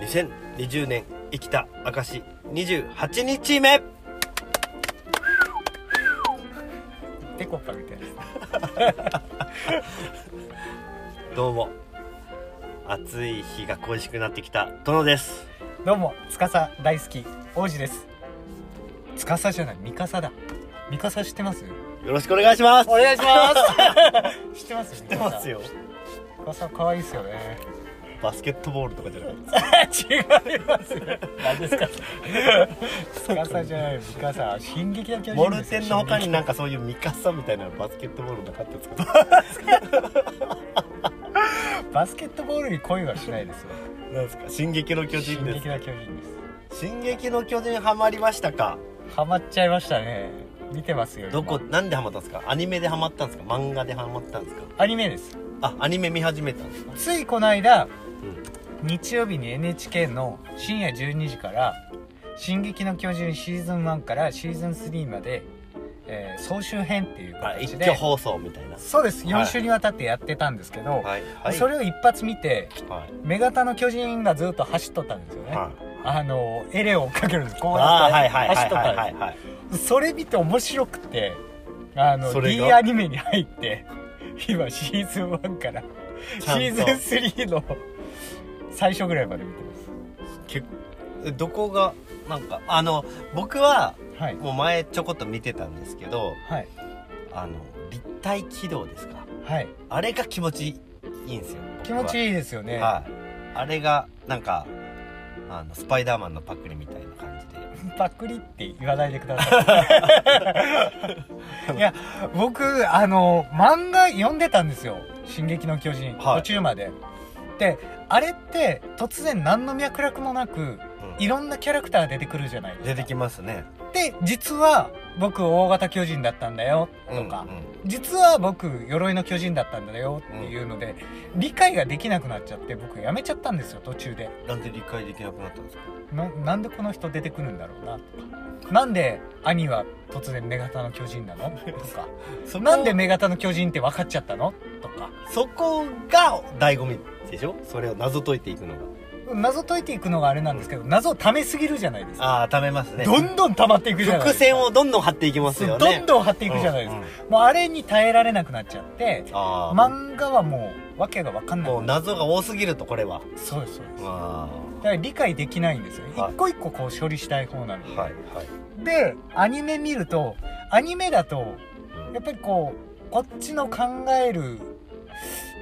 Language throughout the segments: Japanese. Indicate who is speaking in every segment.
Speaker 1: 2020年生きた証28日目
Speaker 2: ペコパみたいな
Speaker 1: どうも暑い日が恋しくなってきた殿です
Speaker 2: どうも司大好き王子です司じゃないミカサだミカサ知ってます
Speaker 1: よろしくお願いします
Speaker 2: 願いします知ってます知っ
Speaker 1: 知ってますよ
Speaker 2: ミカサ可愛いです よね
Speaker 1: バスケットボールとかじゃなくて
Speaker 2: 違います何ですか司じゃないミカサ進撃の巨人ですよ
Speaker 1: モルテンの他になんかそういうミカサみたいなバスケットボールなかったです か
Speaker 2: バスケットボールに恋はしないですよ
Speaker 1: なんですか進撃の巨人
Speaker 2: 進
Speaker 1: で
Speaker 2: 撃
Speaker 1: す
Speaker 2: の巨人です
Speaker 1: 進撃の巨人ハマりましたか
Speaker 2: ハマっちゃいましたね見てますよ今
Speaker 1: どこなんでハマったんですかアニメでハマったんですか漫画でハマったんですか
Speaker 2: アニメです
Speaker 1: あアニメ見始めたんですか
Speaker 2: ついこの間
Speaker 1: うん
Speaker 2: 日曜日に NHK の深夜12時から「進撃の巨人」シーズン1からシーズン3まで、えー総集編っていう
Speaker 1: あ
Speaker 2: 形
Speaker 1: 一
Speaker 2: で
Speaker 1: 挙放送みたいな
Speaker 2: そうです
Speaker 1: は
Speaker 2: 4
Speaker 1: い
Speaker 2: 週にわたってやってたんですけど、
Speaker 1: はいはい
Speaker 2: それを一発見て
Speaker 1: はい
Speaker 2: 女型の巨人がずっと走っとったんですよね、
Speaker 1: はい
Speaker 2: あのエレを追っかけるんですこうや
Speaker 1: あー
Speaker 2: って
Speaker 1: はいはいは
Speaker 2: 走っ
Speaker 1: い
Speaker 2: とったんです、
Speaker 1: はいはい
Speaker 2: それ見て面白くてあの
Speaker 1: それ
Speaker 2: D
Speaker 1: が
Speaker 2: アニメに入って 今シーズン1から
Speaker 1: ち
Speaker 2: シ
Speaker 1: ゃんと
Speaker 2: ーズン3の最初ぐらいまで見てます
Speaker 1: けえどこがなんかあの僕は
Speaker 2: はい
Speaker 1: もう前ちょこっと見てたんですけど
Speaker 2: はい
Speaker 1: あの立体軌道ですか
Speaker 2: はい
Speaker 1: あれが気持ちいいんですよ
Speaker 2: 気持ち
Speaker 1: い
Speaker 2: いいですよね
Speaker 1: はいあれがなんかあのスパイダーマンのパクリみたいな感じで
Speaker 2: パクリって言わないでくださ いいや僕あの漫画読んでたんですよ「進撃の巨人」
Speaker 1: はい
Speaker 2: 途中までであれって突然何の脈絡もなく
Speaker 1: うん
Speaker 2: いろんなキャラクター出てくるじゃないですか
Speaker 1: 出てきますね
Speaker 2: で実は僕大型巨人だったんだよとか、
Speaker 1: うんうん
Speaker 2: 実は僕鎧の巨人だったんだよっていうので、理解ができなくなっちゃって僕やめちゃったんですよ途中で
Speaker 1: なんで理解できなくなったんですか
Speaker 2: ななんでこの人出てくるんだろうなとかなんで兄は突然女型の巨人なのと か
Speaker 1: そこ
Speaker 2: なんで女型の巨人って分かっちゃったのとか
Speaker 1: そこが醍醐味でしょそれを謎解いていくのが
Speaker 2: 謎解いていくのがあれなんですけど謎を溜めすぎるじゃないですか
Speaker 1: ああ貯めますね
Speaker 2: どんどん溜まっていくじゃないで
Speaker 1: 伏
Speaker 2: すか
Speaker 1: 線をどんどん張っていきますよね
Speaker 2: どん
Speaker 1: ん
Speaker 2: どん張っていくじゃないですか、
Speaker 1: うんうん
Speaker 2: もうあれに耐えられなくなっちゃって
Speaker 1: ああ、
Speaker 2: 漫画はもうわけが分かんない
Speaker 1: もう謎が多すぎるとこれは
Speaker 2: そうですそうですだか
Speaker 1: あ
Speaker 2: ら理解できないんですよ、
Speaker 1: はい
Speaker 2: 一個一個こう処理したい方なの
Speaker 1: あ
Speaker 2: で、
Speaker 1: はいはい
Speaker 2: でアニメ見るとアニメだとやっぱりこうこっちの考える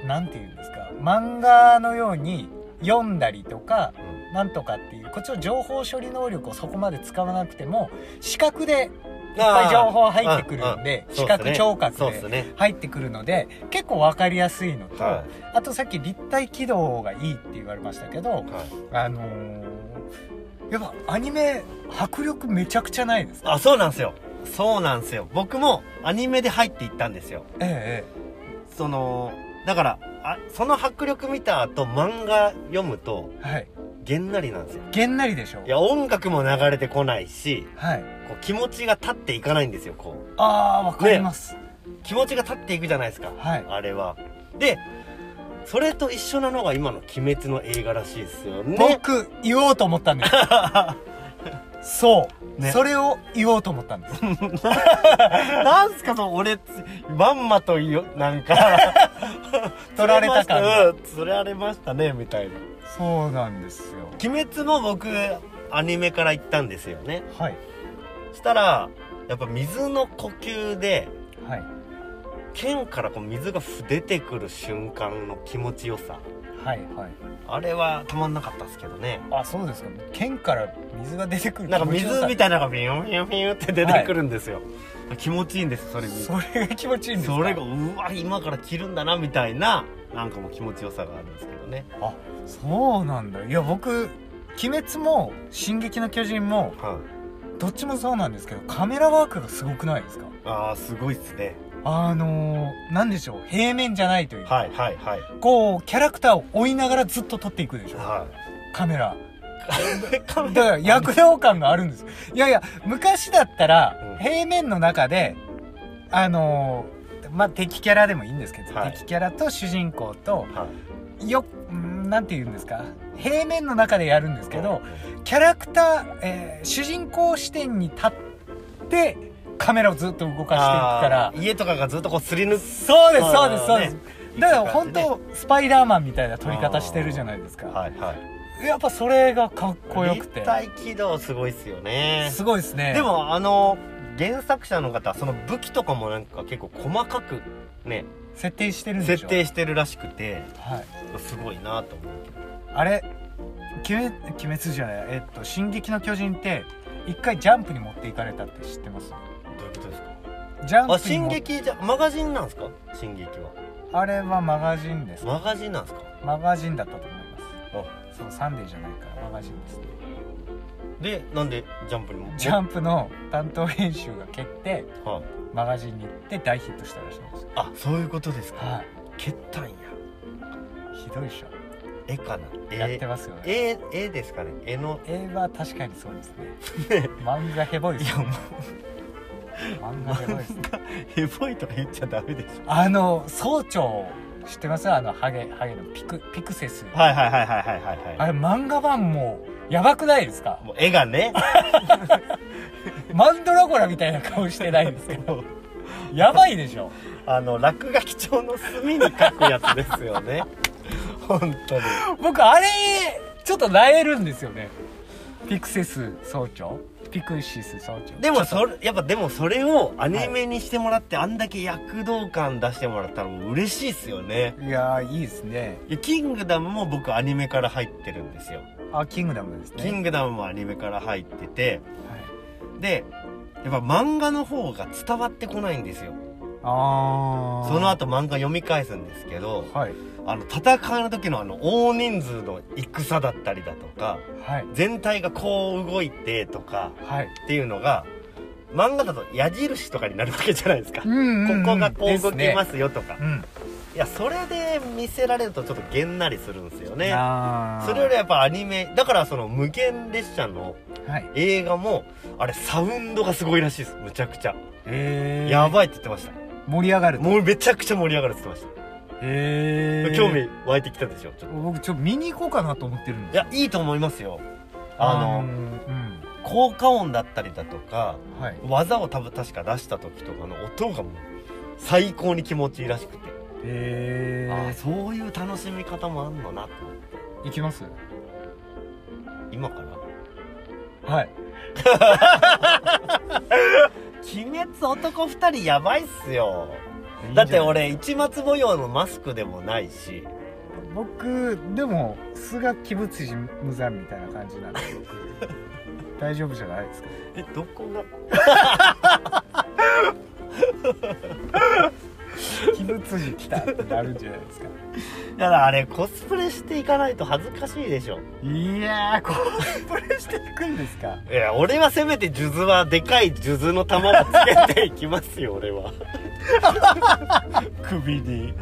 Speaker 2: なんていうんですか漫画のように読んだりとかなんとかっていうこっちの情報処理能力をそこまで使わなくても視覚で
Speaker 1: いっ
Speaker 2: いっぱい情報入ってくるんで視覚聴覚
Speaker 1: そうで
Speaker 2: です
Speaker 1: ね
Speaker 2: 入ってくるので結構分かりやすいのと、
Speaker 1: は
Speaker 2: あとさっき立体軌道がいいって言われましたけど
Speaker 1: い、はい、
Speaker 2: あのーやっぱアニメ迫力めちゃくちゃないですか
Speaker 1: あそうなんですよそうなんですよ僕もアニメで入っていったんですよ
Speaker 2: え
Speaker 1: そのだからあその迫力見た後漫画読むと
Speaker 2: えええはい
Speaker 1: げんなりなんですよ
Speaker 2: げんなりでしょ
Speaker 1: いや音楽も流れてこないし
Speaker 2: はい
Speaker 1: こう気持ちが立っていかないんですよこう
Speaker 2: ああわかります、
Speaker 1: 気持ちが立っていくじゃないですか
Speaker 2: はい
Speaker 1: あれはでそれと一緒なのが今の「鬼滅」の映画らしいですよね
Speaker 2: 僕言おうと思ったんです そう、
Speaker 1: ね
Speaker 2: それを言おうと思ったんです
Speaker 1: なんすかその俺つまんまとよなん か
Speaker 2: 取られた感が
Speaker 1: うん釣られましたねみたいな「
Speaker 2: そうなんですよ
Speaker 1: 鬼滅」も僕アニメから行ったんですよね
Speaker 2: はい
Speaker 1: したらやっぱ水の呼吸で
Speaker 2: はい
Speaker 1: 剣からこう水が出てくる瞬間の気持ちよさ
Speaker 2: はいはい
Speaker 1: あれはたまんなかったですけどね
Speaker 2: あそうですか剣から水が出てくる
Speaker 1: なんか水みた
Speaker 2: た
Speaker 1: いなのがビュンビュンビュンって出てくるんですよ、気持ちいいんですそれ見ると
Speaker 2: それが気持ちいいんですか
Speaker 1: それがうわ今から着るんだなみたいななんかもう気持ちよさがあるんですけどね
Speaker 2: あそうなんだいや僕鬼滅も進撃の巨人も
Speaker 1: はい
Speaker 2: どっちもそうなんですけどカメラワークがすごくないですか
Speaker 1: ああすごいっすね
Speaker 2: あのー、なんでしょう平面じゃないというか、
Speaker 1: はいはいはい
Speaker 2: こうキャラクターを追いながらずっと撮っていくでしょ
Speaker 1: は
Speaker 2: カメラ
Speaker 1: いカメ
Speaker 2: だから躍動感があるんですいやいや昔だった
Speaker 1: う
Speaker 2: ら
Speaker 1: ん
Speaker 2: 平面の中であのーまあ、敵キャラでもいいんですけど、
Speaker 1: はい
Speaker 2: 敵キャラと主人公と
Speaker 1: はい
Speaker 2: ようんなんて言うんですか平面の中でやるんですけどキャラクター、えー主人公視点に立ってカメラをずっと動かしていくから
Speaker 1: あー家とかがずっとこうすり抜く
Speaker 2: そうですそうです
Speaker 1: あー
Speaker 2: そうです、
Speaker 1: ね
Speaker 2: だから
Speaker 1: いい
Speaker 2: 本
Speaker 1: 感じね
Speaker 2: 当スパイダーマンみたいな撮り方してるじゃないですか、
Speaker 1: はいはい
Speaker 2: やっぱそれがかっこよくて
Speaker 1: 立体起動すごいっすよね
Speaker 2: すごいですね
Speaker 1: でもあの原作者の方その武器とかもなんか結構細かくね
Speaker 2: 設定してるんでし
Speaker 1: 設
Speaker 2: ょ
Speaker 1: 定してるらしくて
Speaker 2: はい
Speaker 1: すごいなと思う
Speaker 2: あれ鬼滅鬼滅じゃないえっと「進撃の巨人」って一回ジャンプに持っていかれたって知ってます
Speaker 1: どういうことですか
Speaker 2: ジャンプに
Speaker 1: あ進
Speaker 2: も
Speaker 1: 撃じゃマガジンなんですか進撃は
Speaker 2: あれはマガジンです
Speaker 1: マガジンなんですか
Speaker 2: マガジンだったと思いま
Speaker 1: あ
Speaker 2: すそうサンデーじゃないからマガジンですね
Speaker 1: でなんでジャンプにも
Speaker 2: ジャンプの担当編集が蹴って
Speaker 1: はい
Speaker 2: マガジンに行って大ヒットしたらしいんですよ
Speaker 1: あそういうことですか、
Speaker 2: は
Speaker 1: 蹴ったんや
Speaker 2: いひどいでしょ、
Speaker 1: 絵かな
Speaker 2: やって
Speaker 1: 絵
Speaker 2: ますよね
Speaker 1: 絵絵ですかね絵の
Speaker 2: 映画は確かにそうですね漫画ヘボいですよ漫画ヘボいですね
Speaker 1: ヘボいとか言っちゃダメでし
Speaker 2: あの総長知ってますあのハゲハゲのピクピクセス、
Speaker 1: ょはいはいはいはいはいはい
Speaker 2: あ
Speaker 1: は
Speaker 2: れ漫画版もうやばくないですか
Speaker 1: いもう絵がね
Speaker 2: マンドラゴラみたいな顔してない ですかやばいでしょ
Speaker 1: あの落書き帳の隅に描くやつですよね本当に
Speaker 2: 僕あれちょっとなえるんですよねピクセス総長ピクシス総長
Speaker 1: でも
Speaker 2: ちょっ
Speaker 1: それやっぱでもそれをアニメにしてもらって、あんだけ躍動感出してもらったらもう嬉しいですよね
Speaker 2: といやーいいですね
Speaker 1: いやキングダムも僕アニメから入ってるんですよ、
Speaker 2: あキングダムですね
Speaker 1: キングダムもアニメから入ってて
Speaker 2: はい
Speaker 1: でやっぱ漫画の方が伝わってこないんですよ
Speaker 2: ああ
Speaker 1: その後漫画読み返すんですけど
Speaker 2: はい
Speaker 1: あの戦いの時のあの大人数の戦だったりだとか
Speaker 2: はい
Speaker 1: 全体がこう動いてとか
Speaker 2: はい
Speaker 1: っていうのが漫画だと矢印とかになるわけじゃないですか、
Speaker 2: うん、
Speaker 1: ここがこう動きますすよとか、
Speaker 2: うん
Speaker 1: いやそれで見せられるとちょっとげんなりするんですよね
Speaker 2: あー
Speaker 1: それよりやっぱアニメだからその無限列車の
Speaker 2: はい
Speaker 1: 映画もあれサウンドがすごいらしいですむちゃくちゃ、
Speaker 2: へー
Speaker 1: やばいって言ってました
Speaker 2: 盛り上がると
Speaker 1: もうめちゃくちゃ盛り上がるって言ってまし
Speaker 2: へ
Speaker 1: た、
Speaker 2: ー
Speaker 1: 興味湧いてきたでしょちょっと
Speaker 2: 僕ちょっと見に行こうかなと思ってるんです
Speaker 1: いやいいと思いますよあの、
Speaker 2: うん
Speaker 1: 効果音だったりだとか
Speaker 2: はい
Speaker 1: 技を多分確か出した時とかの音がもう最高に気持ちいいらしくて、
Speaker 2: へ
Speaker 1: ああ
Speaker 2: え
Speaker 1: そういう楽しみ方もあんのなと思って
Speaker 2: 行きます
Speaker 1: 今から
Speaker 2: はい
Speaker 1: 鬼滅男2人やばいっすよだって俺一松模様のマスクでもないし
Speaker 2: 僕でも素が鬼舞辻無惨みたいな感じなんで 僕大丈夫じゃないですか
Speaker 1: えどこが
Speaker 2: 鬼舞辻来たってなるんじゃないですか
Speaker 1: だからあれコスプレしていかないと恥ずかしいでしょ
Speaker 2: いやーコスプレしていくんですか
Speaker 1: いや俺はせめて数珠はでかい数珠の玉をつけていきますよ 俺は首に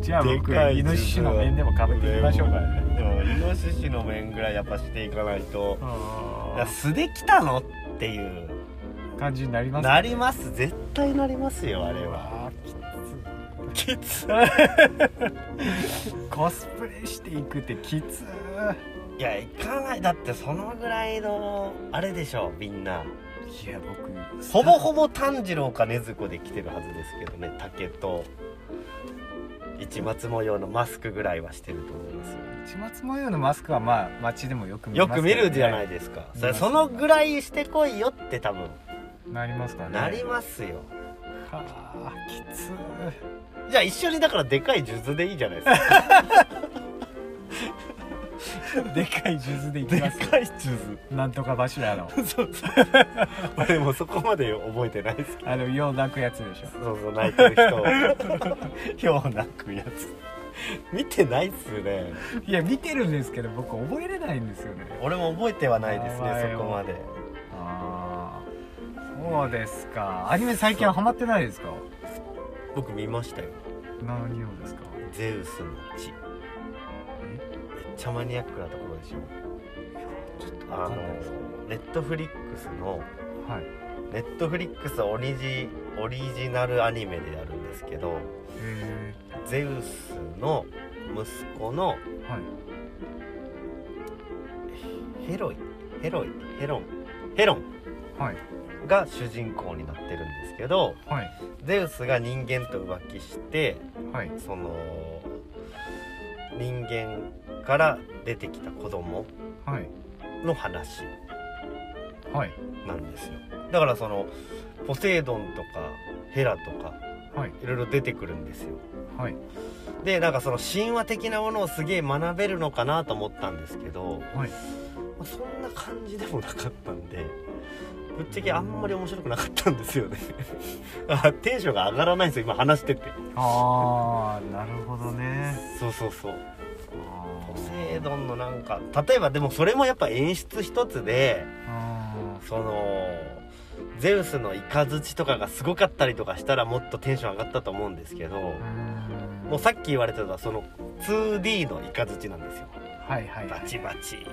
Speaker 2: じゃあ僕
Speaker 1: でかい
Speaker 2: イノシシの面でもかぶっていきましょうかね
Speaker 1: でもイノシシの面ぐらいやっぱしていかないといや
Speaker 2: あ
Speaker 1: 素で来たのっていう
Speaker 2: ー感じになります
Speaker 1: なります絶対なりますよあれは
Speaker 2: わーき
Speaker 1: きつ
Speaker 2: コスプレしていくってきつー
Speaker 1: いや行かないだってそのぐらいのあれでしょみんない
Speaker 2: や僕
Speaker 1: ほぼほぼ炭治郎か禰豆子で来てるはずですけどね竹と市松模様のマスクぐらいはしてると思いますよ
Speaker 2: 市松模様のマスクはまあ街でもよく見
Speaker 1: よ
Speaker 2: ます
Speaker 1: く
Speaker 2: けど
Speaker 1: 見るじゃな
Speaker 2: ね
Speaker 1: いですか、
Speaker 2: 見
Speaker 1: そ
Speaker 2: ま
Speaker 1: れ
Speaker 2: す
Speaker 1: そのぐらいしてこいよって多分
Speaker 2: なりますかね
Speaker 1: なりますよ
Speaker 2: はあきつー
Speaker 1: じゃあ一緒にだからでかい数珠でいいじゃないですか
Speaker 2: でかい数珠でい きますよ
Speaker 1: い数
Speaker 2: なんとか柱の
Speaker 1: 珠そうそう俺もうそこまで覚えてないですけ
Speaker 2: あのよう泣くやつでしょ
Speaker 1: どそうそう泣いてる人 よう泣くやつ見てないっすね
Speaker 2: いや見てるんですけど僕覚えれないんですよね
Speaker 1: 俺も覚えてはないです
Speaker 2: やばい
Speaker 1: ね
Speaker 2: よ
Speaker 1: そこまで
Speaker 2: あーそうですかアニメ最近はハマってないですか
Speaker 1: 僕見ましたよ
Speaker 2: 何をですか
Speaker 1: ゼウスの血めっちゃマニアックなところでしょ
Speaker 2: ちょっと
Speaker 1: あ
Speaker 2: わかんないです
Speaker 1: のネットフリックスの
Speaker 2: はい
Speaker 1: ネットフリックスオリジオリジナルアニメでやるんですけど
Speaker 2: え
Speaker 1: ゼウスの息子の
Speaker 2: ー、はい
Speaker 1: ヘロイヘロイヘロンヘロン
Speaker 2: はい
Speaker 1: が主人公になってるんですけど
Speaker 2: はい
Speaker 1: ゼウスが人間と浮気して
Speaker 2: はい
Speaker 1: その人間から出てきた子供
Speaker 2: はい
Speaker 1: の話
Speaker 2: はい
Speaker 1: なんですよだからそのポセイドンとかヘラとか
Speaker 2: はい
Speaker 1: いろいろ出てくるんですよ
Speaker 2: はい
Speaker 1: でなんかその神話的なものをすげえ学べるのかなと思ったんですけど、
Speaker 2: は
Speaker 1: ま
Speaker 2: い
Speaker 1: あそんな感じでもなかったんでぶっちゃけあんまり面白くなかったんですよね あテンションが上がらないんですよ今話してて
Speaker 2: ああなるほどね
Speaker 1: そうそうそう
Speaker 2: あ
Speaker 1: ポ
Speaker 2: ー
Speaker 1: セイドンのなんか例えばでもそれもやっぱ演出一つで
Speaker 2: あ
Speaker 1: そのゼウスの雷とかがすごかったりとかしたらもっとテンション上がったと思うんですけど
Speaker 2: ーうーん
Speaker 1: もうさっき言われてたその 2D の雷なんですよ
Speaker 2: はいはいは
Speaker 1: バ
Speaker 2: い
Speaker 1: チバチ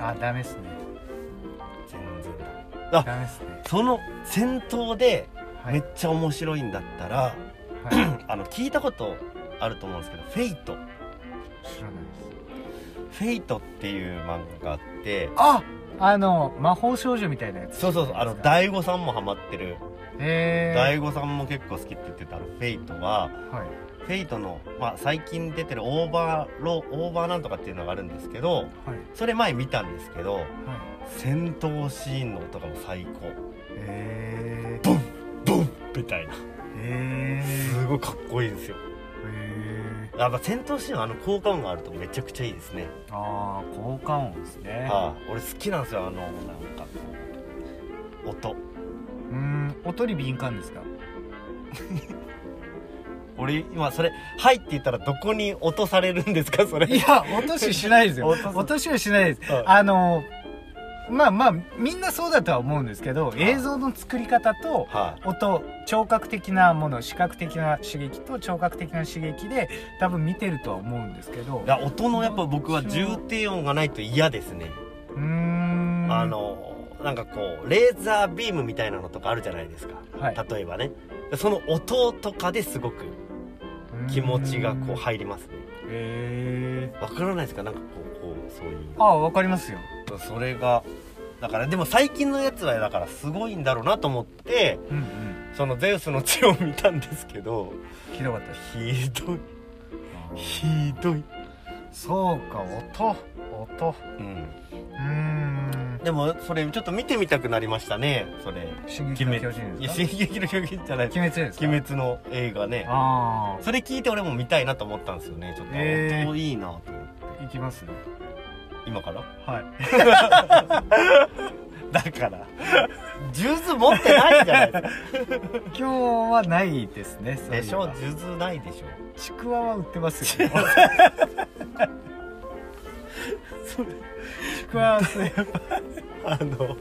Speaker 2: あダメっすね
Speaker 1: 全然
Speaker 2: ダメっすね
Speaker 1: その戦闘で
Speaker 2: は
Speaker 1: めっ
Speaker 2: い
Speaker 1: ちゃ面白いんだったら、
Speaker 2: はい
Speaker 1: あの聞いたことあると思うんですけど「フェイト」
Speaker 2: 知らないです
Speaker 1: 「フェイト」っていう漫画があって
Speaker 2: ああの魔法少女みたいなやつ
Speaker 1: そうそうそうあの大悟さんもハマってる
Speaker 2: えー、
Speaker 1: 大悟さんも結構好きって言ってたあの「フェイトは」
Speaker 2: はい
Speaker 1: フェイトの、まあ、最近出てるオーバーローオーバーなんとかっていうのがあるんですけど
Speaker 2: はい
Speaker 1: それ前見たんですけど
Speaker 2: はい
Speaker 1: 戦闘シーンの音がもう最高
Speaker 2: え
Speaker 1: ボンボンみたいな
Speaker 2: ー、え
Speaker 1: すごいかっこいいんですよ
Speaker 2: ー、え
Speaker 1: やっぱ戦闘シーンはあの効果音があるとめちゃくちゃいいですね、
Speaker 2: ー、あー効果音ですね
Speaker 1: ああ俺好きなんですよあのなんか音
Speaker 2: うーん音に敏感ですか
Speaker 1: 俺今それ「はい」って言ったらどこに落とされるんですかそれ
Speaker 2: いや落とししない ですよ
Speaker 1: 落とす
Speaker 2: 落としはしないです
Speaker 1: はい
Speaker 2: あのまあまあみんなそうだとは思うんですけど
Speaker 1: い
Speaker 2: 映像の作り方と
Speaker 1: はい
Speaker 2: 音聴覚的なもの視覚的な刺激と聴覚的な刺激で多分見てるとは思うんですけど
Speaker 1: いや音のやっぱ僕は重低音がないと嫌ですね
Speaker 2: うーん
Speaker 1: あのなんかこうレーザービームみたいなのとかあるじゃないですか、
Speaker 2: はい
Speaker 1: 例えばねその音とかですごく気持ちがこう入りますね
Speaker 2: へえ
Speaker 1: わからないですかなんかこうこうそういう
Speaker 2: ああわかりますよ
Speaker 1: それがだからでも最近のやつはだからすごいんだろうなと思って
Speaker 2: うんうん
Speaker 1: そのゼウスの血を見たんですけど
Speaker 2: ひどかったです
Speaker 1: ひどいひどい、
Speaker 2: そうか音音
Speaker 1: うん、
Speaker 2: うーん
Speaker 1: でもそれちょっと見てみたくなりましたねそれ
Speaker 2: 進撃の巨人
Speaker 1: い
Speaker 2: で
Speaker 1: や「
Speaker 2: す
Speaker 1: 進撃の巨人」じゃない「
Speaker 2: か鬼滅ですか
Speaker 1: 鬼滅」の映画ね
Speaker 2: あ
Speaker 1: それ聞いて俺も見たいなと思ったんですよねちょっと、
Speaker 2: へー
Speaker 1: 音いいなと思って
Speaker 2: あ行きますね
Speaker 1: 今から
Speaker 2: はい
Speaker 1: だ からジューズ持ってないじゃないです
Speaker 2: 今日はないですね
Speaker 1: かでしょ
Speaker 2: そうい
Speaker 1: ジューズないでしょ
Speaker 2: えばちくわは売ってますよ ちくわはそういえば
Speaker 1: あの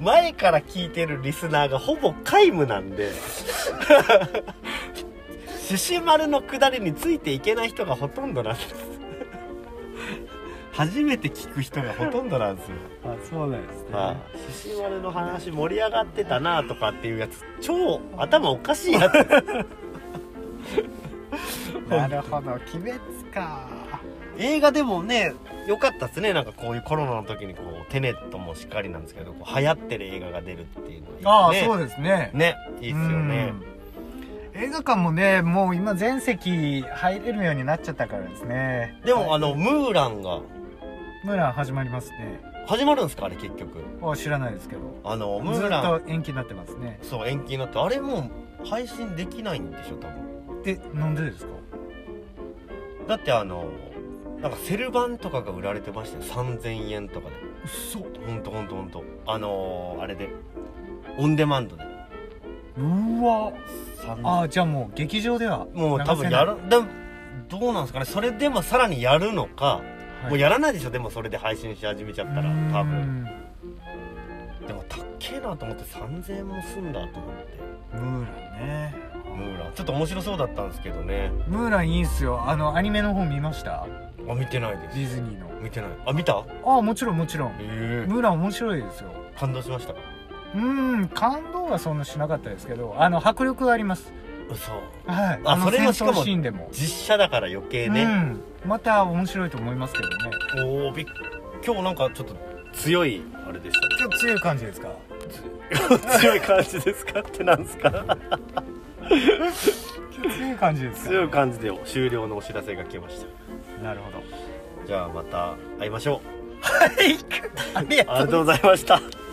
Speaker 1: 前から聞いてるリスナーがほぼ皆無なんで 獅子丸のくだりについていけない人がほとんどなんです初めて聞く人がほとんどなんですよ、
Speaker 2: あそうなんですね
Speaker 1: ああ獅子丸の話盛り上がってたなとかっていうやつ超頭おかしいやつ
Speaker 2: なるほど鬼滅か
Speaker 1: 映画でもね良かったですねなんかこういうコロナの時にこうテネットもしっかりなんですけどこう流行ってる映画が出るっていうの
Speaker 2: ああ、
Speaker 1: はいいね
Speaker 2: そうですね
Speaker 1: ねいいっすよね、
Speaker 2: うん映画館もねもう今全席入れるようになっちゃったからですね
Speaker 1: でも、
Speaker 2: はい
Speaker 1: あのムーランが
Speaker 2: ムーラン始まりますね
Speaker 1: 始まるんですかあれ結局
Speaker 2: あ知らないですけど
Speaker 1: あのム
Speaker 2: ず
Speaker 1: ー
Speaker 2: っ
Speaker 1: ラン
Speaker 2: と延期になってますね
Speaker 1: そう延期になってあれもう配信できないんでしょ多分
Speaker 2: でなんでですか
Speaker 1: だってあのなんかセル版とかが売られてましたよ3000円とかで
Speaker 2: うそう
Speaker 1: ほんとほんとほんとあのー、あれでオンデマンドで
Speaker 2: うわあ
Speaker 1: 3000
Speaker 2: あじゃあもう劇場では
Speaker 1: もう多分
Speaker 2: 流せない
Speaker 1: やるでもどうなんですかねそれでもさらにやるのか、
Speaker 2: はい
Speaker 1: もうやらないでしょでもそれで配信し始めちゃったら多分でも高えなと思って3000円も済んだと思って
Speaker 2: うーんムーランね
Speaker 1: ムーランちょっと面白そうだったんですけどね
Speaker 2: ムーランいいんすよあのアニメの方見ました
Speaker 1: あ見てないで
Speaker 2: ディズニーの
Speaker 1: 見てないあ見た
Speaker 2: ああもちろんもちろん
Speaker 1: え
Speaker 2: ムーラン面白いですよ
Speaker 1: 感動しましたか
Speaker 2: うーん感動はそんなしなかったですけどあの迫力があります
Speaker 1: 嘘
Speaker 2: はい
Speaker 1: あ
Speaker 2: あの
Speaker 1: それ
Speaker 2: 戦
Speaker 1: がしかも
Speaker 2: 争シーンでも
Speaker 1: 実写だから余計ね、
Speaker 2: うん、また面白いと思いますけどね
Speaker 1: おおびっ今日なんかちょっと強いあれでし
Speaker 2: ちょっと強い感じですか
Speaker 1: たね 強い感じですかってなんですか
Speaker 2: 強い感じです か
Speaker 1: 強い感じで終了のお知らせが来ました
Speaker 2: なるほど
Speaker 1: じゃあまた会いましょう
Speaker 2: はいありがと
Speaker 1: ありがとうご
Speaker 2: うございます
Speaker 1: ざいました